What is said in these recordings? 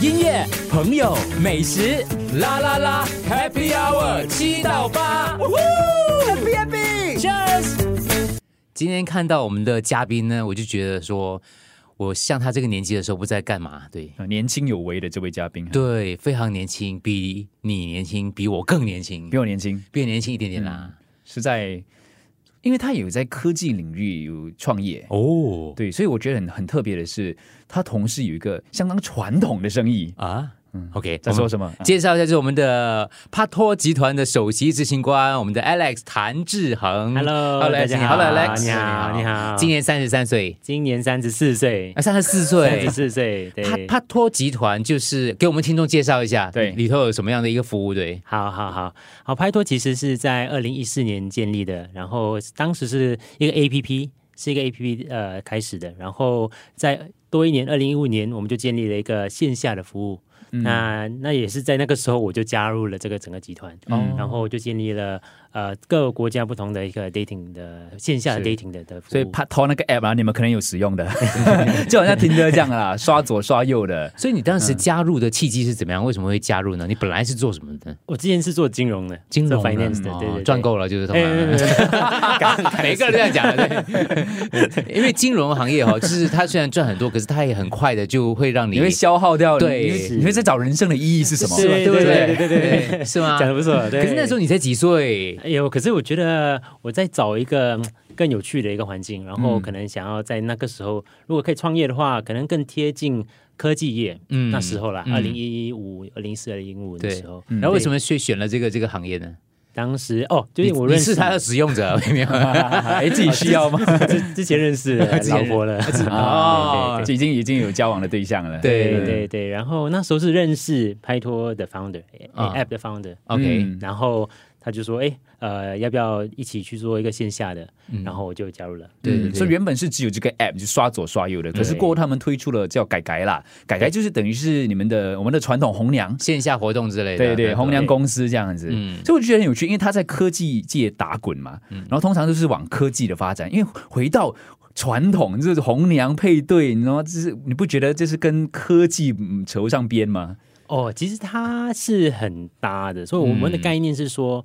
音乐、朋友、美食，啦啦啦，Happy Hour 七到八，Happy Happy，Cheers。今天看到我们的嘉宾呢，我就觉得说，我像他这个年纪的时候不知道在干嘛，对啊年轻有为的这位嘉宾，对，非常年轻，比你年轻，比我更年轻比，我年轻，嗯比你年轻一点点啦。是在，因为他有在科技领域有创业，哦，对，所以我觉得很很特别的是，他同时有一个相当传统的生意，啊，OK，在说什么？啊嗯介绍一下，就是我们的帕托集团的首席执行官，我们的 Alex 谭志恒。 Hello， Hello，大 Alex，家你好 Hello Alex，你好，你好，今年三十三岁，今年三十四岁啊，，三十四三岁十。四岁，帕对，帕托集团就是给我们听众介绍一下，对里头有什么样的一个服务？对，好好好好，拍拖其实是在二零一四年建立的，然后当时是一个 A P P，是一个 A P P 呃开始的，然后在多一年，二零一五年我们就建立了一个线下的服务，嗯那那也是在那个时候我就加入了这个整个集团，哦然后就建立了呃各个国家不同的一个 dating 的线下的是 dating 的的服务，所以 p a t o 那个 app 啊，你们可能有使用的， 就好像听歌这样 啦，刷左刷右的。所以你当嗯时加入的契机是怎么样？为什么会加入呢？你本来是做什么的？我之前是做金融的，金融做的 finance 的，对对哦对，赚够了就是通常哎对对 哎每个人都这样讲的， 对，因为金融行业哈，就是它虽然赚很多，可是它也很快的就会让你你会消耗掉，对你会你会在找人生的意义是什么？是对不对对对 对是吗？讲的不错。对可是那时候你才几岁？有，哎可是我觉得我在找一个嗯更有趣的一个环境，然嗯后可能想要在那个时候，如果可以创业的话，可能更贴近科技业。嗯那时候啦，嗯二零一五、二零四、二零一五的对时候，然后为什么么去选了这个这个行业呢？当时哦，就是你我你认是识它的使用者，没有？哎，自己需要吗？ 之之前认识的 之前老认婆了哦对对对啊已经已经有交往的对象了。对对对对，然后那时候是认识拍拖的 founder、啊 app 的 founder， OK，嗯然后他就说，哎，呃，要不要一起去做一个线下的？然后我就加入了。嗯对对嗯对所以原本是只有这个 app 就刷左刷右的，可是过后他们推出了叫改改啦，改改就是等于是你们的我们的传统红娘，线下活动之类的，对对，那种红娘公司这样子，嗯所以我就觉得很有趣，因为他在科技界打滚嘛，然后通常都是往科技的发展，因为回到。传统就是红娘配对，你知道吗？就是你不觉得这是跟科技嗯扯不上边吗？哦，其实它是很搭的，所以我们的嗯概念是说。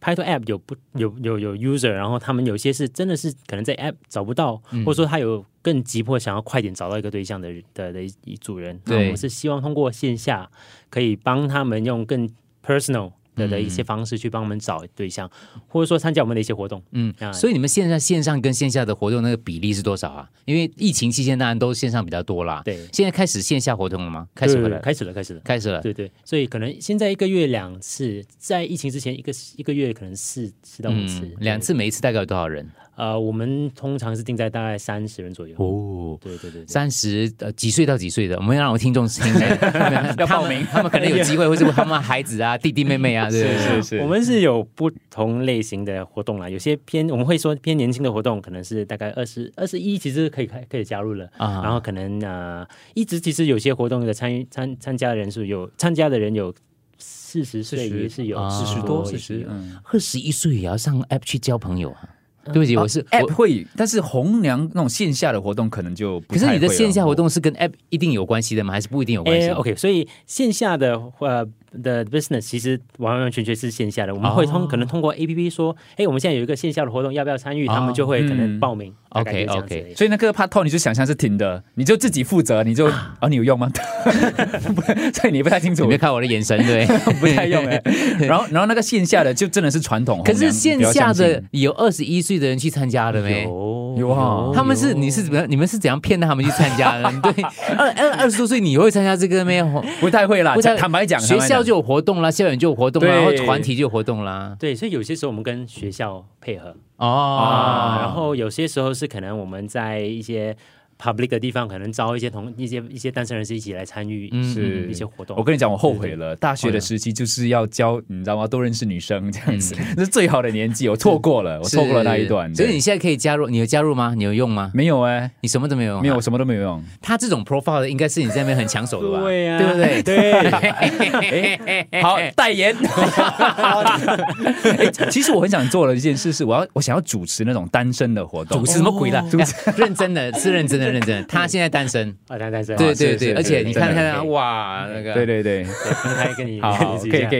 拍拖 App 有不有有有 user，然后他们有些是真的是可能在 App 找不到，嗯或者说他有更急迫想要快点找到一个对象的的的一一组人。那对我们是希望通过线下可以帮他们用更 personal 的嗯的一些方式去帮我们找对象，或者说参加我们的一些活动。嗯，啊所以你们线上线上跟线下的活动那个比例是多少啊？因为疫情期间当然都线上比较多啦。对现在开始线下活动了吗？开始对回对来对，开始了，开始了。开始了。对对，所以可能现在一个月两次，在疫情之前一个一个月可能四四到五次，嗯，两对次，每一次大概有多少人？呃，我们通常是定在大概三十人左右。哦，对对对对，三十呃几岁到几岁的？我们要让我听众听，要报名 他们可能有机会，或者他们孩子啊、弟弟妹妹啊，对不对？我们是有不同类型的活动啦，有些偏我们会说偏年轻的活动，可能是大概二十二十一，其实可以开可以加入了。啊然后可能呃，一直其实有些活动的参与参参加人数有参加的人有四十岁40也是有啊40多也是40有嗯二十一岁也要上 app 去交朋友啊？对不起，我是我。哦 app 会，但是红娘那种线下的活动可能就不可太是你的会了啊线下活动是跟 app 一定有关系的吗？还是不一定有关系哦诶 o k 所以线下的呃的 business 其实完完全全是线下的，我们哦会通、可能通过 APP 说，哎，我们现在有一个线下的活动，要不要参与？哦他们就会可嗯能报名。大概就是这样子 OK，OK 而已所以那个 part two 你就想象是停的，你就自己负责， 你就啊、你有用吗？ 不所以你不太清你楚没，看我的眼神，对， 不 太用哎、然后然后那个线下的就真的是传统，可是线下红娘的有二十一岁的人去参加了没？哦有有啊他们是你是怎么样？你们是怎样骗他们去参加的？ 对，二二二十多岁你会参加这个没有？不太会啦，不太啊坦白讲，学坦白校讲就有活动啦，校园就有活动啦，对然后团体就有活动啦。对，所以有些时候我们跟学校配合啊、然哦，后有些时候是可能我们在一些 public 的地方，可能招一些同一些一些单身人士一起来参与嗯是一些活动。我跟你讲，我后悔了。大学的时期就是要教，你知道吗？多认识女生这样子，这是最好的年纪。我错过了，我错过了那一段。嗯所以你对现在可以加入，你有加入吗？你有用吗？没有哎、你什么都没有用啊，没有，我什么都没有用。他这种 profile 的应该是你在那边很抢手的吧？对呀、对不对？ 对， 好，代言。哎其实我很想做的一件事是，我要我想要主持那种单身的活动主。持什么鬼啦？主持认真的，是认真的，真认真，他现在单身，啊，单单身，对是对是对，是而且你看真看的他，哇，那个对 对对，对分开跟 你好好，可自以可己以讲可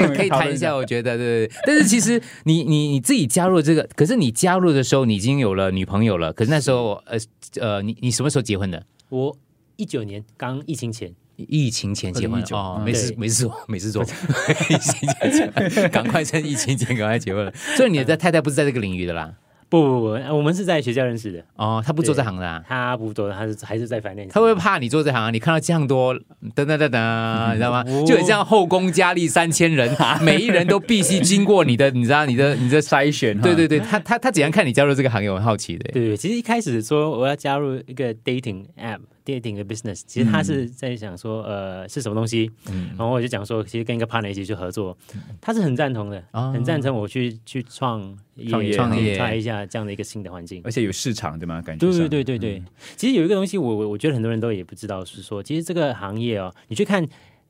以，可以可 以谈一下，我觉得对对对。但是其实你你你自己加入这个，可是你加入的时候你已经有了女朋友了，可是那时候呃呃，你你什么时候结婚的？我一九年刚疫情前，疫情前结婚2019哦，嗯没事对没事做没事做， 疫情前结婚， 赶快趁疫情前赶快结婚了。所以你的太太不是在这个领域的啦，不不不，呃我们是在学校认识的，哦，她不做这行的啊。他不多，他是还是在反正她会不会怕你做这行啊？你看到这样多，噔噔噔噔，你知道吗？哦就很像后宫佳丽三千人，每一人都必须经过你的，你知道你的你的筛选哈，对对对，他他他怎样看你加入这个行业？我很好奇的。对对，其实一开始说我要加入一个 dating app。dating 的 business，其实他是在想说，呃，是什么东西？然后我就讲说，其实跟一个 partner 一起去合作，他是很赞同的，哦很赞成我去去创业创业创嗯业创一下这样的一个新的环境。而且有市场对吗？感觉对上对对对对，其实有一个东西我，我我觉得很多人都也不知道，是说其实这个行业哦，你去看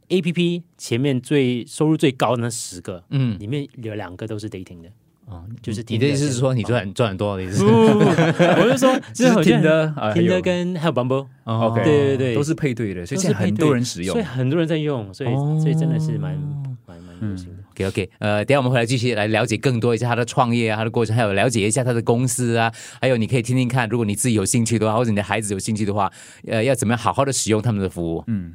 A P P 前面最收入最高的那十个，嗯，里面有两个都是 dating 的，哦，就是你的意 Tinder 思是跟说你赚赚很多的意思不？不不，不 我就说，就就是好像听的啊，还听的有跟还有 Bumble，哦 OK，对对对都是配对的，所以都是现在很配对多人使所以用。很多人在用，所以、哦所以真的是蛮蛮蛮流行的。 OK OK，呃，等一下我们回来继续来了解更多一下他的创业啊，他的过程，还有了解一下他的公司啊，还有你可以听听看，如果你自己有兴趣的话，或者你的孩子有兴趣的话，呃，要怎么样好好的使用他们的服务？嗯，